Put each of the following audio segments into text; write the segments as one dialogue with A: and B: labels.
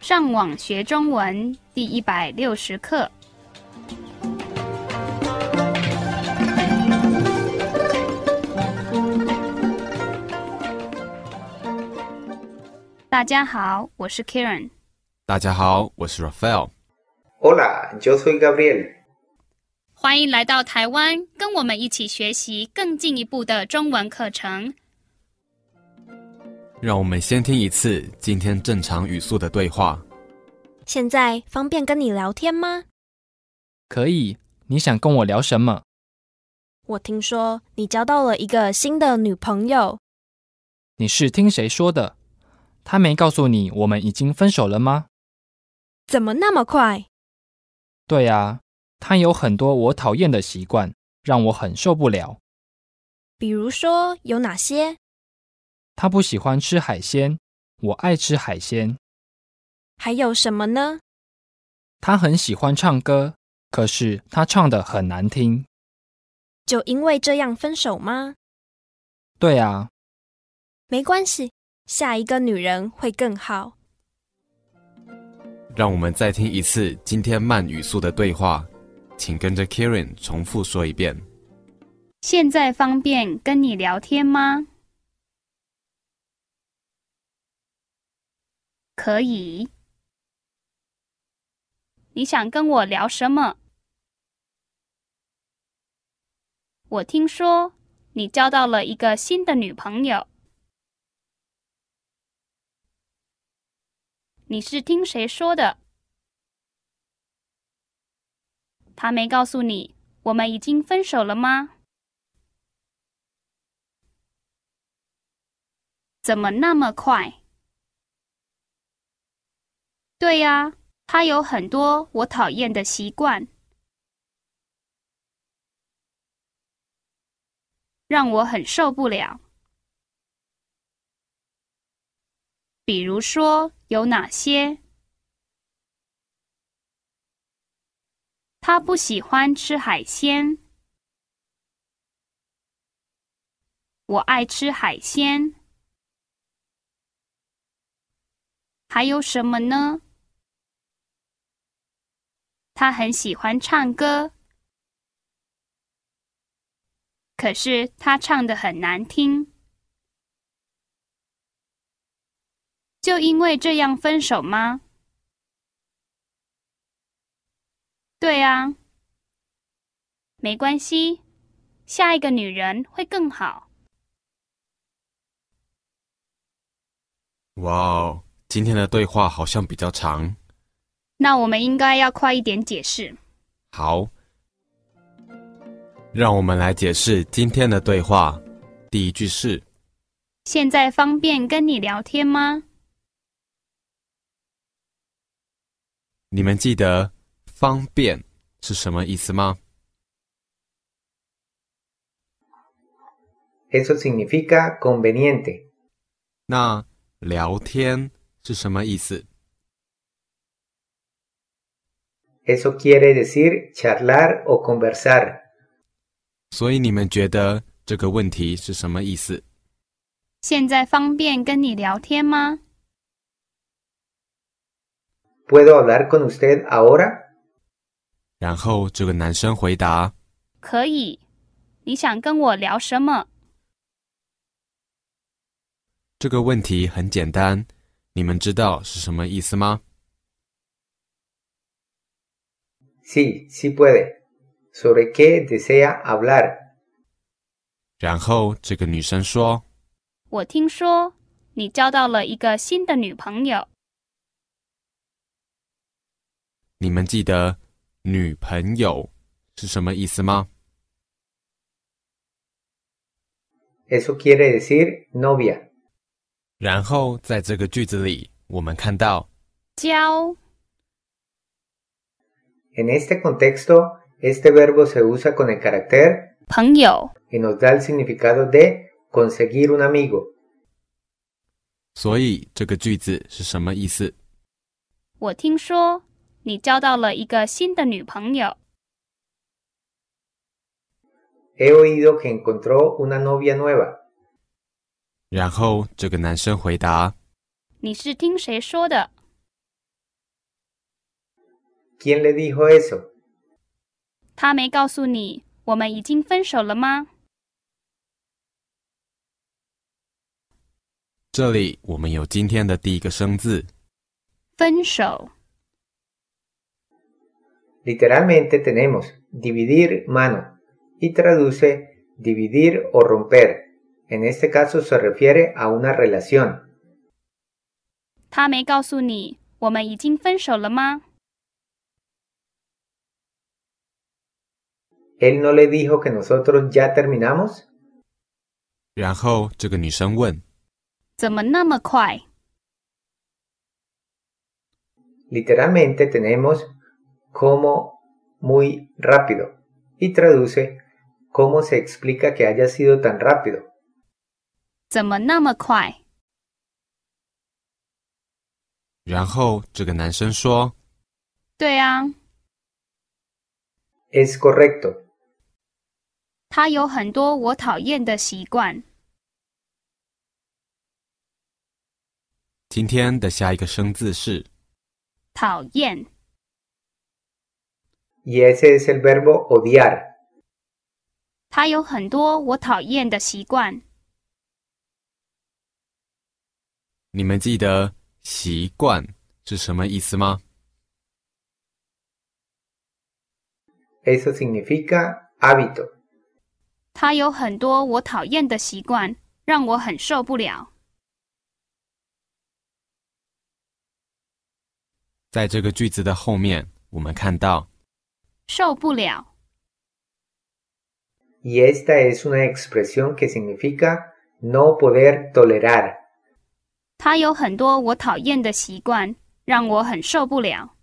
A: 上网学中文第一百六十课。大家好，我是 Karen。
B: 大家好，我是 Raphael。
C: Hola, yo soy Gabriel.
A: 欢迎来到台湾，跟我们一起学习更进一步的中文课程。
B: 让我们先听一次今天正常语速的对话。
D: 现在方便跟你聊天吗？
E: 可以，你想跟我聊什么？
D: 我听说你交到了一个新的女朋友，
E: 你是听谁说的？他没告诉你我们已经分手了吗？
D: 怎么那么快？
E: 对啊，他有很多我讨厌的习惯，让我很受不了。
D: 比如说有哪些？
E: 他不喜欢吃海鲜，我爱吃海鲜。
D: 还有什么呢？
E: 他很喜欢唱歌，可是他唱的很难听。
D: 就因为这样分手吗？
E: 对啊，
D: 没关系，下一个女人会更好。
B: 让我们再听一次今天慢语速的对话，请跟着 Karen 重复说一遍。
A: 现在方便跟你聊天吗？可以。你想跟我聊什么？我听说你交到了一个新的女朋友，你是听谁说的？他没告诉你我们已经分手了吗？怎么那么快？对呀、他有很多我讨厌的习惯，让我很受不了。比如说有哪些？他不喜欢吃海鲜，我爱吃海鲜。还有什么呢？他很喜欢唱歌，可是他唱的很难听。就因为这样分手吗？对啊，没关系，下一个女人会更好。
B: 哇哦，今天的对话好像比较长。
A: 那我们应该要快一点解释。
B: 好，让我们来解释今天的对话。第一句是
A: 现在方便跟你聊天吗？：“
B: 你们记得‘方便’是什么意思吗
C: Eso significa conveniente. ”
B: 那“聊天”是什么意思？
C: Eso quiere decir charlar o conversar.
B: 所以你们觉得这个问题是什么意思？
A: 现在方便跟你聊天吗？
C: ¿Puedo hablar con usted ahora?
B: 然后这个男生回答
A: 可以。你想跟我聊什么？
B: 这个问题很简单，你们知道是什么意思吗？
C: Sí, sí puede. ¿Sobre qué desea hablar?
B: 然后这个女生说
A: 我听说你交到了一个新的女朋友，：“
B: 你们记得‘女朋友’是什么意思吗？
C: Eso quiere decir novia.
B: 然后在这个句子里，我们看到
A: 交
C: En este contexto, este verbo se usa con el carácter
A: 朋友，
C: y nos da el significado de conseguir un amigo.
B: 所以这个句子是什么意思？
A: 我听说你交到了一个新的女朋友，
C: He oído que encontró una novia nueva.
B: 然后这个男生回答，
A: 你是听谁说的？
C: ¿Quién le dijo eso?
A: 他没告诉你我们已经分手了吗？
B: 这里我们有今天的第一个生字，
A: 分手，
C: Literalmente tenemos dividir mano y traduce dividir o romper. En este caso se refiere a una relación.
A: 他没告诉你我们已经分手了吗？
C: Él no le dijo que nosotros ya terminamos.
B: 然后这个女生问，
A: 怎么那么快？
C: Literalmente tenemos como muy rápido y traduce cómo se explica que haya sido tan rápido.
A: 怎么那么快？
B: 然后这个男生说，
A: 对啊，
C: Es correcto.
A: 他有很多我讨厌的习惯。
B: 今天的下一个生字是
A: 讨厌，
C: Y ese es el verbo odiar.
A: 他有很多我讨厌的习惯。
B: 你们记得习惯是什么意思吗？
C: Eso significa hábito.
A: 他有很多我讨厌的习惯，让我很受不了。
B: 在这个句子的后面，我们看到
A: 受不了，
C: Y esta es una expresión que significa no poder tolerar.
A: 他有很多我讨厌的习惯，让我很受不了。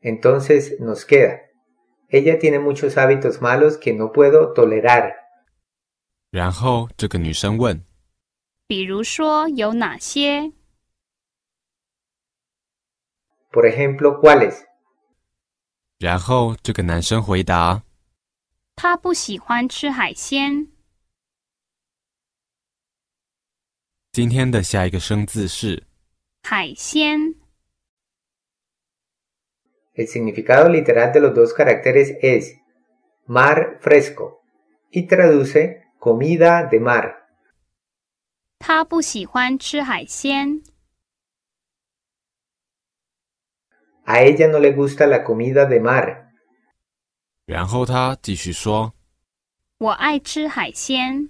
C: Entonces nos queda. Ella tiene muchos hábitos malos que no puedo tolerar.
B: 然后这个女生问，
A: 比如说有哪些？
C: Por ejemplo, ¿cuáles?
B: 然后这个男生回答，
A: 他不喜欢吃海鲜，
B: 今天的下一个生字是
A: 海鲜，
C: El significado literal de los dos caracteres es mar fresco y traduce comida de mar.
A: 他不喜欢吃海鲜。
C: A ella no le gusta la comida de mar.
B: 然后他继续说，
A: 我爱吃海鲜，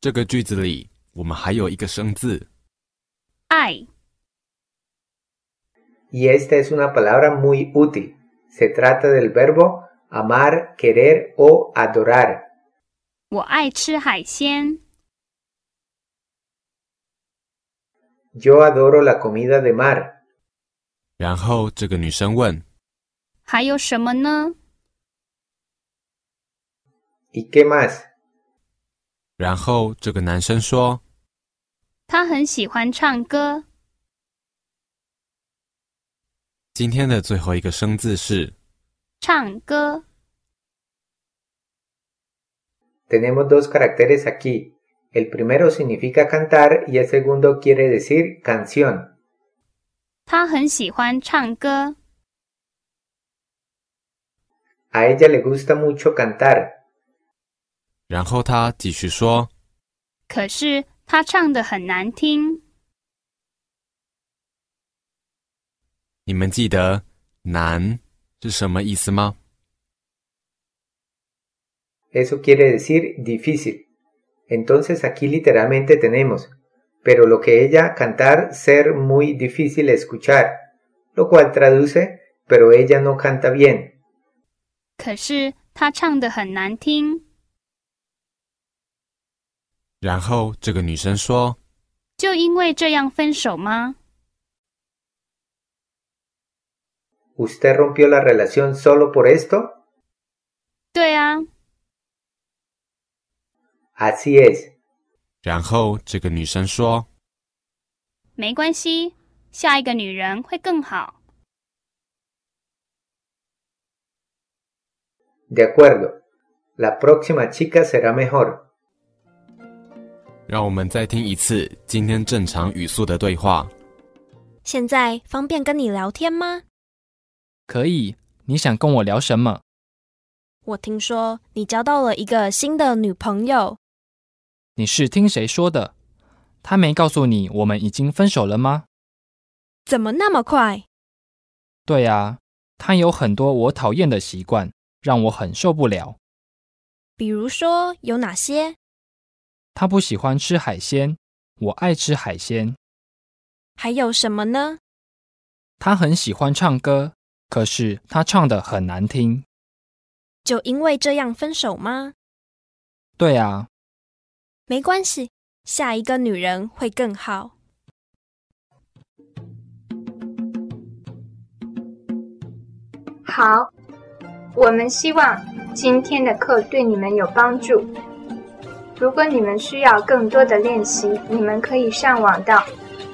B: 这个句子里我们还有一个生字，
A: 爱
C: Y esta es una palabra muy útil. Se trata del verbo amar, querer o adorar.
A: 我爱吃海鲜，
C: Yo adoro la comida de mar.
B: 然后这个女生问，
A: 还有什么呢？
C: ¿Y qué más?
B: 然后这个男生说，
A: 他很喜欢唱歌，
B: 今天的最后一个生字是
A: 唱歌，
C: Tenemos dos caracteres aquí. El primero significa cantar y el segundo quiere decir canción.
A: 他很喜欢唱歌。
C: A ella le gusta mucho cantar.
B: 然后他继续说，
A: 可是他唱的很难听。
B: 你们记得“难”是什么意思吗？
C: Eso quiere decir difícil. Entonces aquí literalmente tenemos, pero lo que ella cantar ser muy difícil escuchar, lo cual traduce, pero ella no canta bien.
A: 可是他唱的很难听，
B: 然后这个女生说，
A: 就因为这样分手吗？
C: ¿Usted rompió la relación solo por esto?
A: 对啊，
C: Así es.
B: 然后这个女生说，
A: 没关系，下一个女人会更好。
C: De acuerdo. La próxima chica será mejor.
B: 让我们再听一次今天正常语速的对话。
D: 现在方便跟你聊天吗？
E: 可以，你想跟我聊什么？
D: 我听说你交到了一个新的女朋友，
E: 你是听谁说的？他没告诉你我们已经分手了吗？
D: 怎么那么快？
E: 对啊，他有很多我讨厌的习惯，让我很受不了。
D: 比如说有哪些？
E: 他不喜欢吃海鲜，我爱吃海鲜。
D: 还有什么呢？
E: 他很喜欢唱歌，可是他唱的很难听。
D: 就因为这样分手吗？
E: 对啊，
D: 没关系，下一个女人会更好。
F: 好，我们希望今天的课对你们有帮助。如果你们需要更多的练习，你们可以上网到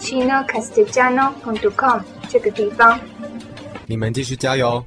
F: chinocastellano.com 这个地方。
B: 你们继续加油！